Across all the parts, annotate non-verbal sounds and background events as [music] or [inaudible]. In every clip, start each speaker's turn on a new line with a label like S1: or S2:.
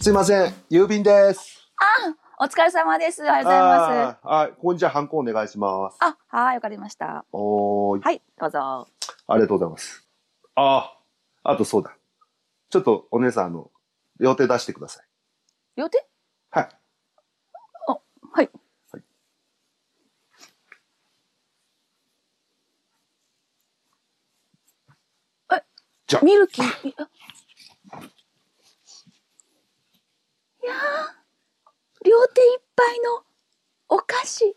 S1: すいません、郵便です。
S2: お疲れ様です。おはようございます。
S1: す。はい、こんにちは、ハンコお願いします。
S2: あ、はい、わかりました。
S1: おーい、
S2: はい、どうぞ。
S1: ありがとうございます。ああ、あとそうだ。ちょっとお姉さん、あの、予定出してください。
S2: 予定
S1: はい。
S2: あ、はい。
S1: はい
S2: え
S1: じゃ
S2: ミルキー。いやー、両手いっぱいのお菓子。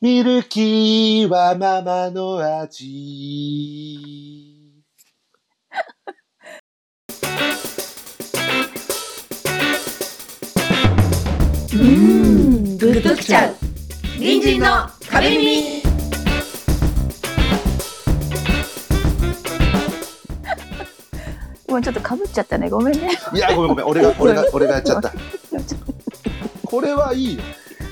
S1: ミルキーはママの味。
S3: うん、グ
S2: グッときちゃう。
S3: 隣人の壁耳。
S2: 今ちょっとかぶっちゃったね。ごめんね。 [laughs]
S1: いや、ごめんごめん、俺が、俺が、俺がやっちゃ [laughs] った。これはいいよ。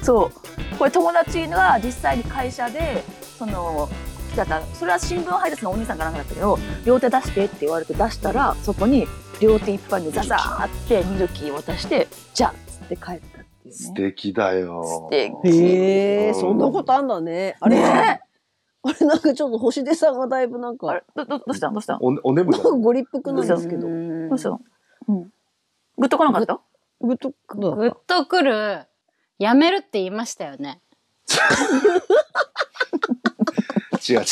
S2: そうこれ友達が実際に会社でその来たたそれは新聞配達のお兄さんかなんかだったけど両手出してって言われて出したらそこに両手いっぱいにザザーってミルキー渡してじゃあっつって帰ったっていう
S1: 素
S2: ね
S1: 敵だよ
S2: 素。敵
S1: う
S3: へえ、
S1: ん
S3: そんなことあんだね。あれ、
S2: ね
S3: あれなんかちょっと星出さんがだいぶなん
S2: あ
S3: か、
S2: れどどどうしたのどうしたの
S1: お、お眠
S3: な
S1: じ
S3: ん
S1: ゃ
S3: か
S1: ない
S3: ご立腹なんですけど。
S2: どうしたの、うん、グッとこなかった
S3: グッとくる
S4: グッとくる。やめるって言いましたよね。
S1: 違う違う違う。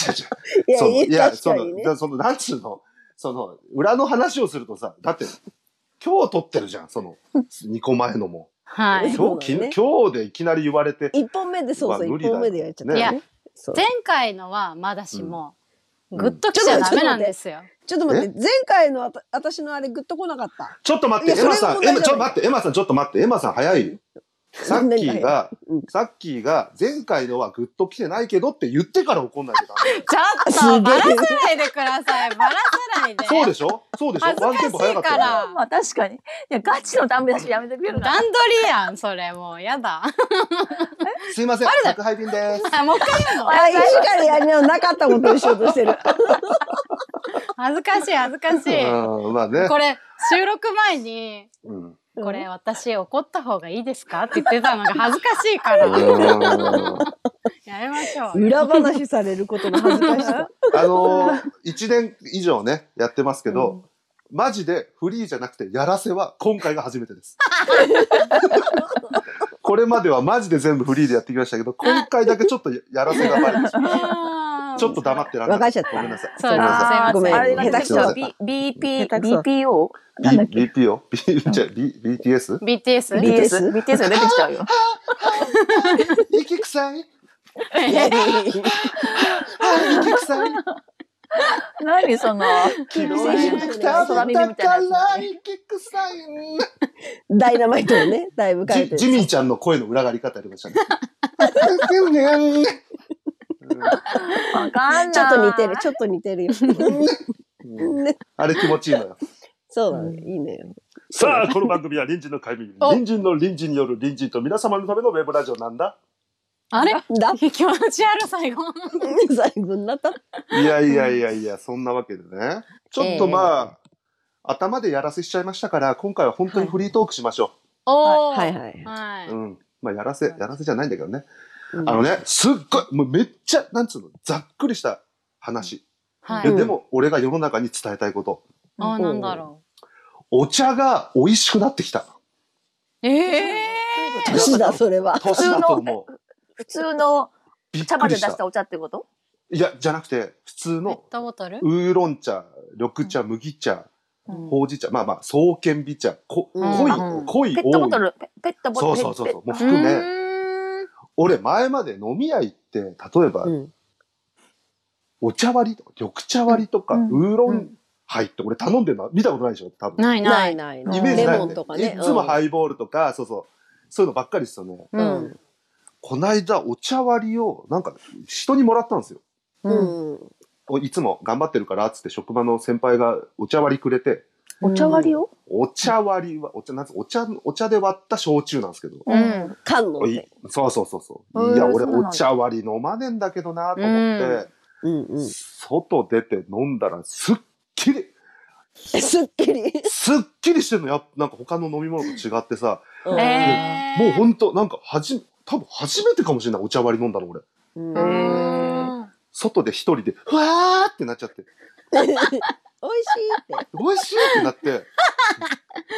S3: いや、
S1: その
S3: い
S1: い
S3: や、
S1: や、
S3: 確
S1: そ
S3: か
S1: の
S3: に、ね。
S1: だその、なんつうの、その、裏の話をするとさ、だって、今日撮ってるじゃん、その、2個前のも。
S4: は
S3: え
S4: い。
S3: [laughs] そ
S1: 今
S3: うだ
S1: 日、
S3: ね
S1: 昨日今日でいきなり言われて、
S3: 一本目で、そうそう、
S1: まあ無理
S3: 一
S1: だよ
S3: 本目でやっちゃったね。
S4: いや
S3: そう
S4: 前回のはまだしも、
S1: うん
S4: グッときちゃダメなんですよ。
S3: ちょっと待って、前回のあた私のあれグッとこなかった。
S1: ちょっと待っ
S3: い
S1: て、
S3: や
S1: エマさ
S3: そ
S1: ん、
S3: れ
S1: エ
S3: は
S1: マ、
S3: 問題じ
S1: ち
S3: ゃ
S1: ょ
S3: な
S1: っ
S3: い
S1: と待って、エマさん、ちょっと待って、エマさん早
S3: [laughs]
S1: いよ。さっき
S3: 何
S1: が
S3: うん、
S1: さっきが、前回のはグッと来てないけどって言ってから怒んないとダメ。
S4: ち
S3: す
S4: ょっ
S3: げえ
S4: と、ばらさないでください。ばらさ
S3: [laughs]
S4: ないで。
S1: そうでしょそうでしょ
S4: 恥ず
S1: ワ
S4: かし
S1: ンテ
S4: い
S1: ンポ早かったよ
S4: から
S1: ね。
S2: まあ確かにいやガチのダメだしやめてくれるな
S4: 段取りやん、それ。もう、やだ。 [laughs]
S1: すいません、宅配便です。
S4: もう一回言うの
S3: あ、一時間やりななかったことにしようとしてる。
S4: 恥ずかしい、恥ずかしい。
S1: うん、まあね。
S4: これ、収録前に、
S1: うん。
S4: [laughs] これ私怒った方がいいですかって言ってたのが恥ずかしいから。
S1: うん
S4: やめましょう。
S3: 裏話されることの恥ずかしさ。
S1: [laughs] あのー、1年以上ね、やってますけど、マジでフリーじゃなくて、やらせは今回が初めてです。これまではマジで全部フリーでやってきましたけど、今回だけちょっとやらせがバレてしまう。
S4: [laughs]
S1: ちょっと黙ってらんな
S3: わか
S1: か
S3: っ
S1: っ
S3: ちゃった
S1: た。ごめんなさい。
S4: そうです
S1: ご
S2: あー
S3: ごめん
S2: あれが出てきた
S1: 下手
S2: B- BP
S3: 下手くそ
S2: BPO なんだっけ
S1: B、BP を B、じゃあ B、BTS?
S2: BTS
S4: BTS?
S2: BTS が出てきちゃうよ
S1: 息臭い [laughs]
S3: [laughs]
S1: 息臭い
S2: [laughs] 何その
S3: 厳
S2: しい
S1: 息臭
S2: 空
S1: い
S2: 耳みたいなやつ
S1: だから息臭い
S3: ダイナマイトをね、だいぶ変えて
S1: ジジ
S3: る。
S1: ミーちゃんの声の裏がり方ありましたね。 [laughs] うん
S2: わかんない
S3: ちょっと似てる、ちょっと似てるよ。
S1: うん
S3: ね、
S1: あれ気持ちいいのよ。
S3: そうだね、いいねよ。
S1: さあ、この番組は隣人の会議、
S4: お
S1: 隣人の隣人による隣人と皆様のためのウェブラジオなんだ。
S4: あれ
S3: だって
S4: [laughs] 気持ち悪い最後。
S3: 細部になった。
S1: いやいやいやいや、そんなわけでね。ちょっとまあ、頭でやらせしちゃいましたから、今回は本当にフリートークしましょ
S4: おー。
S3: はいはい。
S4: は
S1: う。う
S4: い。
S1: ん。まあ、やらせ、やらせじゃないんだけどね。
S3: うん
S1: あのね、すっごい、もうめっちゃ、なんつうの、ざっくりした話。
S4: は
S1: で
S3: うん
S4: い。
S1: でも、俺が世の中に伝えたいこと。
S4: あ、なんだろ
S1: お茶が美味しくなってきた。
S4: う。ええ
S3: 年だ、それは。
S1: 年だと思う。
S2: 普通の
S1: びっ
S2: 茶
S1: く
S2: 葉で
S1: り
S2: 出
S1: し
S2: した
S1: た。
S2: お茶ってこと
S1: いや、じゃなくて、普通
S4: ー。ペッ
S1: の
S4: トボトル
S1: ウーロン茶、緑茶、麦茶、
S3: うん
S1: ほうじ茶、まあまあ、双剣美茶、こ
S3: う
S1: 濃い、
S3: ん
S4: うん
S1: 濃い、
S2: ペットボト
S1: 多い。
S2: ル、ペペットボ
S1: そ
S2: ト
S1: う
S2: ル。
S1: そうそうそう、もう
S2: ペ
S1: 含
S4: う
S1: め、
S4: ーん
S1: 俺前まで飲み屋行って、例えば
S3: う、ん。
S1: お茶割りとか、緑茶割りとか、
S2: うん
S1: ウーロ
S2: う
S1: ン入って、俺頼んでるの見たことないでしょ、多分。
S4: ない
S3: な
S4: ないい。
S3: ない
S2: な
S3: ない
S1: イ
S3: い。
S1: メージ
S3: レ
S1: ない
S3: モ
S1: よ
S3: ン
S1: ね
S3: とか。
S1: い
S3: ね。
S1: つもハ
S3: い。
S1: イボールとか、そうそう、そういうのばっかりですよね。
S4: う。
S3: うんん。
S1: こないだお茶割りを、なんか、人にもらったんですよ。
S3: うん。
S1: おいつも頑張ってるから、っつって職場の先輩がお茶割りくれて、
S2: お茶割りを
S1: お茶割りは、お茶、なんつお茶、お茶で割った焼酎なんですけど。
S4: うん。
S3: 缶の
S1: おい
S3: ね。
S1: そうそうそうそ
S2: へ
S1: う。
S2: ー
S1: いや、俺、
S2: そうなん
S1: お
S2: だ
S1: 茶割り飲まねえんだけどなと思って、
S3: うんうん。
S1: 外出て飲んだら、すっきり、
S3: えすっきり。
S1: すっきりしてるのやなんか他の飲み物と違ってさ、
S3: うん
S4: えー
S1: もうほんとなんかはじ多分初めてかもしれないお茶割り飲んだの俺
S3: うん
S2: えー
S1: 外で一人でうわーってなっちゃって
S3: [laughs] 美味しいって。
S1: 美味しいってなって。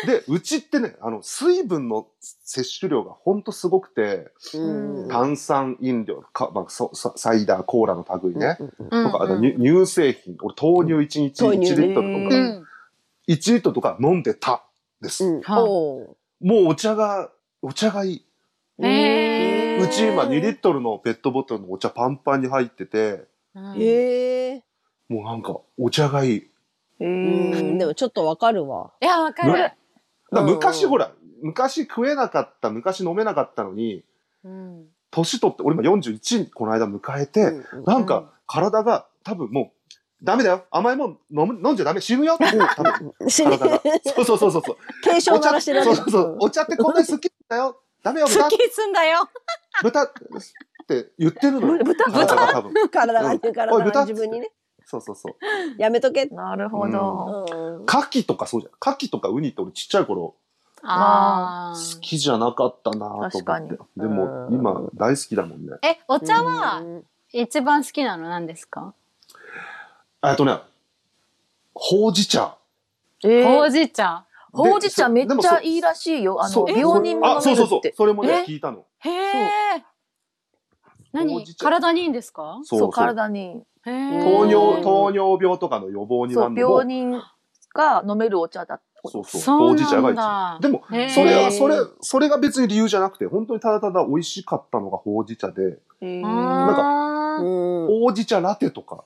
S1: で、うちってね、あの、水分の摂取量がほんとすごくて、
S2: うん
S1: 炭酸飲料、かまあ、そさサイダー、コーラの類ね。
S4: うん
S1: とか、あとに乳製品、俺豆乳1日1
S3: 豆乳
S1: リ
S3: ね
S1: ットルと
S4: う
S1: か、
S4: ん
S1: 1リットルとか飲んでたです。
S3: うん
S4: はい
S3: お
S1: もうお茶が、お茶がいい。
S3: ー
S4: えー
S1: うち今2リットルのペットボトルのお茶パンパンに入ってて、
S4: うん
S3: ええ
S1: もうなんかお茶がいい。
S2: え
S3: うんでもちょっとわかるわ。
S4: いや、わかる。
S1: だから
S3: うん
S1: 昔
S3: うん
S1: ほら、昔食えなかった、昔飲めなかったのに、
S4: うん
S1: 年取って、俺今41この間迎えて、
S3: うん
S1: なんか体が多分もう、ダメだよ。甘いもん飲む飲んじゃダメ。死ぬ
S3: [laughs]
S1: よ。もう多分
S3: 死ね
S1: 体が。そうそうそうそうそう。
S3: 警鐘
S1: お
S3: を鳴
S1: 茶
S3: らしてるわけ
S1: そうそうそう。 [laughs] お茶ってこんなに好きだよ。ダメよ、
S4: 好
S1: 豚。
S4: きすんだよ。
S1: 豚って言ってるのよ。
S2: 豚
S1: 体が多分。
S3: 体が、体
S1: おい豚
S3: が
S1: っつって
S3: 自分にね、
S1: そうそうそう。
S3: やめとけ。
S2: なるほど。
S3: うん
S1: 牡蠣とかそうじゃん。牡蠣とかウニって俺ちっちゃい頃
S4: あー
S1: 好きじゃなかったなと
S2: 確か
S1: 思っ
S2: に
S1: て。でも
S3: うん
S1: 今大好きだもんね。
S4: え、お茶は一番好きなの何ですか
S1: えっとね、ほうじ茶。
S2: え
S4: ほう
S2: ー
S4: じ茶。
S2: ほうじ茶めっ
S1: でも
S2: ち
S1: そ
S2: ゃいいらしいよ。あ
S1: そ
S2: の
S1: う
S2: 病人も
S1: あ、そ
S2: 飲
S1: う
S2: め
S1: そう
S2: るっ
S1: そう
S2: て。。
S1: それもね、
S4: え
S1: 聞いたの。
S4: へえ。
S1: ほう
S4: 何
S1: じ茶
S4: 体にいいんです
S1: そ
S4: か
S1: う
S2: そ
S1: そうう。
S2: 体に。
S4: 糖
S1: 糖尿、
S3: ん
S1: 糖尿病とかの予防にな
S2: そ
S1: る
S2: う
S1: のも
S2: 病。人が飲めるお茶だ。
S1: そうそう。
S4: そ
S1: ほ
S4: う
S1: うじ茶
S4: な
S1: が
S4: ん
S1: 一番。
S4: だ。
S1: でも、
S4: へー
S1: それは、それ、それが別に理由じゃなくて、本当にただただ美味しかったのがほうじ茶で、
S2: えー
S1: んか
S4: あー
S3: うん
S1: ほうじ茶ラテとか。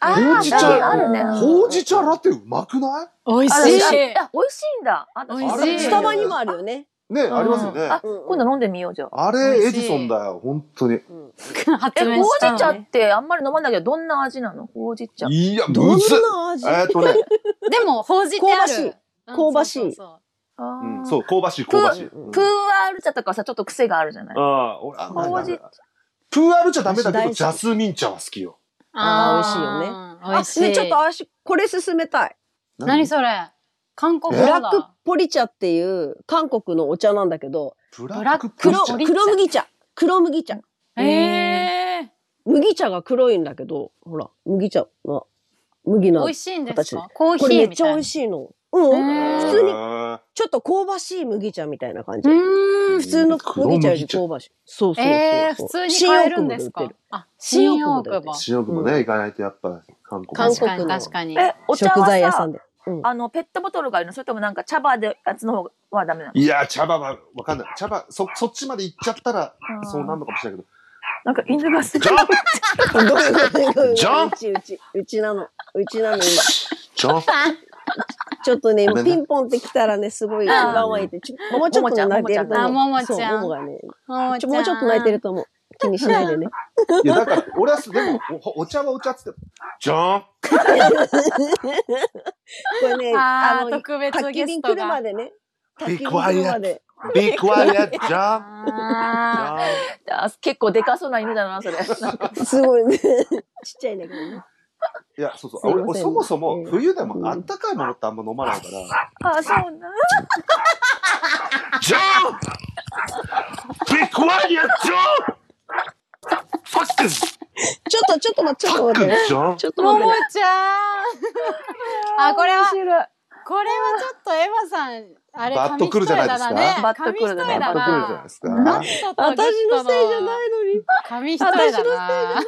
S2: あ
S1: ほ
S2: ー
S1: うじ茶
S2: あるね。
S3: うん
S1: ほうじ茶ラテうまくない
S4: 美味
S2: あ
S4: し
S2: る
S4: い。
S2: あいや美味しいんだ。あ
S4: 美
S1: 味しい
S3: スタバにもあるよね。
S1: ね、ありますよ
S2: あ
S1: ね。
S3: うん
S2: 今度飲んでみようじゃあ。
S1: あ
S4: 美
S1: れ、エ
S4: 味しい
S1: ジソンだよ、本当に。
S2: え、
S4: 発
S2: ほ
S4: 明
S2: う
S4: した
S2: じ
S4: の
S2: 茶ってあんまり飲まないけど、どんな味なのほうじ茶。
S1: いや、
S3: どん
S1: むずっ
S3: な味
S1: えーっとね、
S4: でも、ほうじってある。
S3: 香ばしい
S4: うんそうそう
S2: あー
S1: うんそう、香ばしい、香ばしい。
S3: プ
S1: うん
S2: プーアール茶とかさ、ちょっと癖があるじゃない
S1: ああ、俺、あ
S2: ほうじ茶。
S1: プーアル茶ダメだけど、
S3: 私大好き
S1: ジャスミン茶は好きよ。
S4: そう
S3: あ
S4: 美味しいよね。美味しい。
S3: ねちょっと私、これ勧めたい。
S4: 何それ韓国
S1: え
S3: ブ
S4: ラ
S3: ラック
S4: だ。
S3: ポリ茶っていう韓国のお茶なんだけど、
S1: ブ
S4: ブ
S1: ラ
S4: ラ
S1: ッ
S4: ッ
S1: ク
S4: ク
S1: プリ
S3: 黒、
S1: 茶
S4: ポリ
S3: 黒麦茶。黒麦茶。
S4: へえ。
S3: 麦茶が黒いんだけど、ほら、麦茶の、麦
S4: 美
S3: の
S4: 味。しいんですか
S3: 私
S4: コーヒ
S3: これめ
S4: ー
S3: っ
S4: み
S3: ちゃ
S4: たい
S3: 美
S4: な
S3: 味。しいの。うん。
S4: へー
S3: 普通に
S1: へー
S3: ちょっと香ばしい麦茶みたいな感じ。
S4: うーん。
S3: 普通の麦茶より香ばしい。そうそうそうそう。
S4: えー、普通に買えるんです
S3: 新大久保で売ってる新大久保
S4: かあ、新大久保。
S1: 新大久保ね、行かないとやっぱ、韓国
S3: 韓
S4: 確
S3: 国
S4: かに確かに。
S2: え、お茶
S3: 食
S2: は
S3: 材屋さ
S2: さ
S3: ん、で。
S2: あの、ペットボトルがいいのそれともなんか茶葉でやつの方はダメなの
S1: いやー、茶葉はわかんない。茶葉、そ、そっちまで行っちゃったら、そうなるのかもしれないけ
S2: なんか犬がすごい
S1: ジャン
S3: どういうことどういうこと
S1: ジャン
S3: うちうち、うちなの。うちなの今。
S1: ど。ちょ、
S3: ちょっとね、
S1: ごめ
S3: 今
S1: んね
S3: ピンポンって来たらね、すごいワンワンいて、ちょもうちょっと泣いてると思う。
S4: ももちゃ
S3: そ
S4: ん
S3: う
S4: あ
S3: も
S4: も
S3: も
S4: も
S3: がね、
S4: も
S3: ちょもうちょっと泣いてる。と思う。気にしないでね。
S1: いや、だから、俺はす、でも、おお茶はお茶っつって、じゃん
S3: これね、
S4: あ
S3: あ
S4: ー
S3: の、
S4: 特別
S3: 焚き
S4: ゲ
S3: 火
S4: ス
S3: 来
S4: ト
S3: る
S4: が
S3: ま。でね。焚き
S1: Be
S3: 火来るまで。
S1: Be quiet, じゃんじ
S4: あー
S1: ゃん
S2: [laughs] あ結構でかそうな犬だな、それ。
S3: すごいね。ち [laughs] っちゃいんだけどね。
S1: いや、そうそう。
S3: すいま
S1: 俺、
S3: せん
S1: 俺そもそも
S3: う、ん
S1: 冬でもあったかいものってあんま飲まないから、
S2: あ、そうな。
S1: じゃん Be quiet, じゃん Fucking,
S3: ちょっと、ちょっと待って、ちょっと待ってね。
S1: じゃん
S3: ちょっと
S4: もも
S3: 待ってね。[laughs]
S4: ちゃん。あ、これは
S2: 面、白い
S4: これはちょっとエヴァさん、あれ、
S1: バッとくるじゃないですか
S2: バッとくる
S4: だ
S2: ね
S4: ね。
S1: バッとくるじゃないですか
S4: な。んと。
S3: 私のせいじゃないいのに。
S4: 紙一重だな。
S2: あ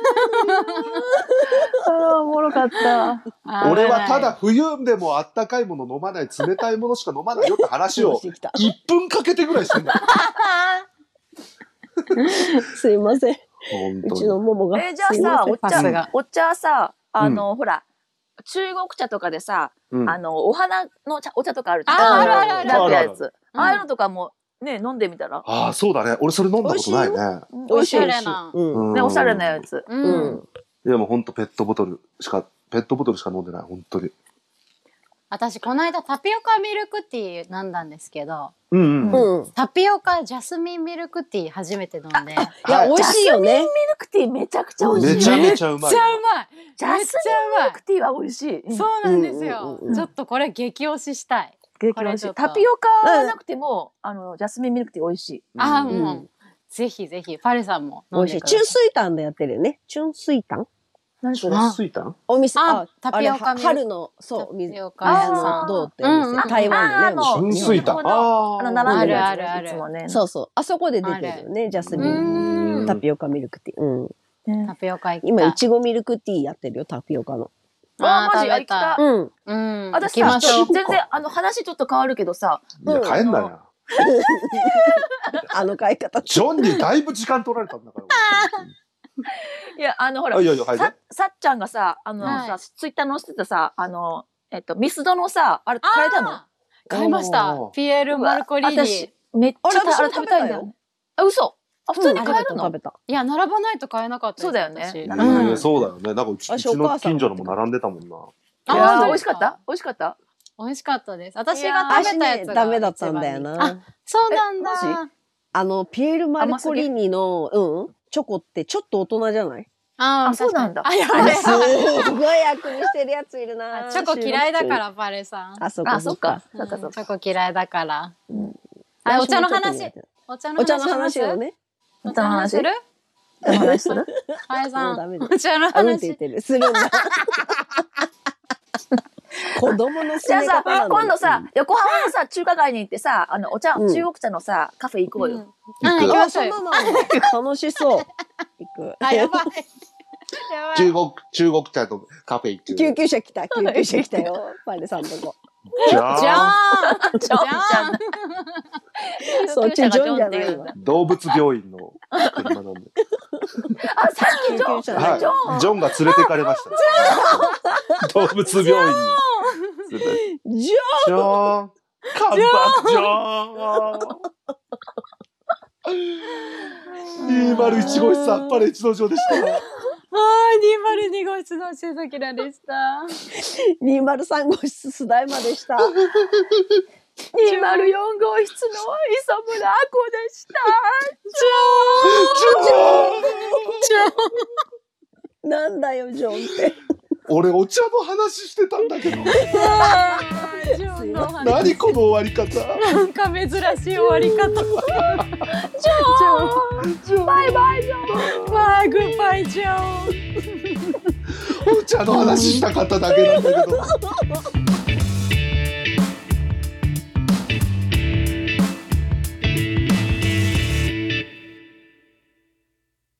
S2: ーおもろかった。
S4: あー
S1: 俺はただ、冬でもあったかいもの飲まない、冷たいものしか飲まないよって話
S3: [laughs]
S1: を、
S3: してきた
S1: 1分かけてぐらいしてんだよ。
S3: すいません。
S1: 本
S3: う
S1: 当
S3: ち
S1: に。
S3: のももが。
S2: [laughs] え、じゃあさ、お
S4: パス
S2: 茶
S4: が、
S2: お茶さ、あの、ほら、中国茶とかでさ、
S1: うん
S2: あの、お花の茶お茶とかあるじゃん。
S4: あ
S1: ーあるあるある
S2: ラテやつ。
S4: うん
S2: ああいうのとかも、ね、飲んでみたら。
S1: ああ、そうだね。俺それ飲んだことないね。
S3: 美味しい。
S4: おし
S3: 美
S4: ゃ
S3: 味
S4: れ
S3: しい
S4: な
S3: うん。
S1: うん
S2: ね、おしゃれなやつ。
S4: う。
S3: うんん。
S1: いやもうほんとペットボトルしか、ペットボトルしか飲んでない、本当に。
S4: 私この間タピオカミルクティー飲んだんですけど
S1: うんうん。
S3: うん。い
S4: タピオカジャスミンミルクティー初めて
S1: [laughs]
S4: 飲んで
S1: は
S3: や、
S1: い
S3: 美味しいよ
S2: ミ
S3: ね。
S2: ルクティーめちゃくちゃ美味しい。
S1: めちゃめちゃう
S4: め
S1: ま
S4: っ
S1: い
S4: ち。ゃうまい
S2: ジャスミンミルクティーは美味しい。うん
S4: そうなんですよ、
S3: うんうんうん
S4: ちょっとこれ激推ししたい、
S2: 激
S4: これ
S2: 美味
S4: ち
S2: しい。
S4: ょっと
S2: タピオカはなくても、あの、ジャスミンミルクティー美味しい。
S4: ああ
S1: うん
S4: もう、
S3: うん
S4: ぜひぜひパレさんも
S3: 美
S4: 飲ん
S3: 味し
S4: で
S3: い。
S4: くださ
S3: 中
S4: い
S3: 水炭でやってるよね。中水炭
S2: 何それ
S1: あ、すいたん
S3: お店、
S4: あタピオカ
S3: あれは
S4: ミルク
S3: 春の、そう、
S4: タ
S3: 水
S4: ピオカ
S3: あ
S4: 屋
S2: あ
S4: さ
S3: の、
S2: ー
S4: ん
S3: どうってお店
S4: うんうん
S3: 台湾
S2: あ
S3: の
S2: ー
S3: ね。
S2: もう
S1: すいたん。
S2: なるほど
S1: あ
S2: あ
S1: あ
S2: の、並んでるや
S4: あ
S2: つ
S4: る
S2: ね
S4: あるある
S2: いつもね。
S3: そうそう。あそこで出てるよね、ジャスミ
S4: う
S3: ン。
S4: ー
S1: うん
S4: ん
S3: タピオカミルクティー。うん。
S2: ね
S4: タピオカ行きたい
S3: 今、いちごミルクティーやってるよ、タピオカの。
S4: あー
S2: あーマジ
S4: 食べた
S2: 行き
S3: うん。
S4: うん行
S2: 私
S4: き
S2: さ、
S4: ましょう
S1: う
S2: 全然、あの、話ちょっと変わるけどさ、
S1: いや、帰んなよ。
S3: あの買い方。
S1: ジョンにだいぶ時間取られたんだから。
S2: いや、あの、ほら [laughs]
S1: あ、い、やいや、はい。
S2: ささっちゃんがさ、あの、
S4: はい
S2: さ、ツイッター載せてたさ、あの、えっと、ミスドのさ、あれ
S4: あー
S2: 買えたの
S4: 買いました
S1: おー
S4: ピエール・マルコリーニ
S2: 私、めっちゃ
S3: あれ私
S2: あ
S3: も
S2: れ食べたいんだよね。あ、嘘。あ、普通に買えるの、
S3: 食べた。
S4: いや並ばないと買えなかったです
S2: そうだよね
S4: 私
S1: え
S2: なんか
S4: うん
S1: ーそうだよね。なんかうちう
S3: 私
S1: ち
S3: お
S1: の
S3: 母さん
S1: 近所のも並んでたもんな。
S4: あ
S2: いやー
S4: 本当
S2: 美
S4: で
S2: 味し
S4: すか
S2: かった美味しかった
S4: 美味しかったです私
S2: いやー
S4: が食べたや
S3: 私ね
S4: つが
S3: ダメだったんだよ
S4: 一番人気
S3: な。
S4: そうなん
S2: えマ
S4: だ
S3: あの、ピエール・マルコリーニの、うん、チョコってちょっと大人じゃない
S4: あー
S2: あそうなんだ
S4: 確かにあや
S3: す [laughs]
S4: ばい
S3: ごい悪にしてるやついるな。
S4: [laughs] チョコ嫌いだからパレさん
S3: あ、そっか。
S2: あ、そっか。。そっかそ
S4: うん
S2: っ
S4: チ
S2: か。
S4: ョコ嫌いだから
S2: うん
S4: あお茶の
S3: 私
S4: 話
S3: もちょっと苦手
S4: お茶の
S3: お茶の話
S4: 話します
S3: をね。
S4: お茶の話する
S2: お話しする
S4: パレさ
S3: もうんダメだ
S4: お茶の
S3: あ、うんって言っ
S4: 話
S3: てる。するんだ。子供の
S2: じ
S3: 進
S2: ゃあ
S3: め
S2: さ、
S3: 方なんだ
S2: 今度さ、、横浜のさ、中華街に行ってさ、あの、お茶、
S3: うん
S2: 中国茶のさ、カフェ行こう
S4: う
S2: よ。
S4: んあ行き
S3: うん
S4: ま
S3: あ、
S4: しょ
S3: そうん
S4: よ
S3: なのあるの楽しそう。行
S4: [laughs]
S3: く。
S4: あやばいやばい
S1: 中国、中国茶とカフェ行ってる。
S3: 救急車来た。救急車来たよ。パレさんのとこ。
S1: じゃ
S4: [laughs] じゃ
S1: あ、
S4: ーん
S2: じゃあ
S4: ん
S3: [laughs] そう
S2: 中華
S3: ジョ
S2: 街
S3: ンじ
S2: がジョン
S3: ゃない
S2: って言う
S3: わ
S2: んだ
S1: 動物病院の車なんで。
S2: あ、さっきジョ
S3: 救
S2: ン
S3: 急車
S1: は
S3: の
S1: い
S3: とこ。。
S1: ジョンが連れてかれました。動物病院に。
S3: ジ
S1: ジョン。カンパジョン。201号室さっぱり一度上でした。
S4: はい、202号室の静らで
S3: [laughs]
S4: した。
S3: ョン203号室須大までした。
S2: 204号室の磯村あこでした。
S1: ジョン
S3: なんだよ、ジョンって。
S1: 俺お茶の話してたんだけど。
S4: ジョンの話
S1: 何この終わり方。
S4: なんか珍しい終わり
S2: [laughs]
S4: 方。
S1: ジョン
S2: バイバイジョン
S4: バイグッバイジョン。
S1: お茶の話したかっただけなんだけど。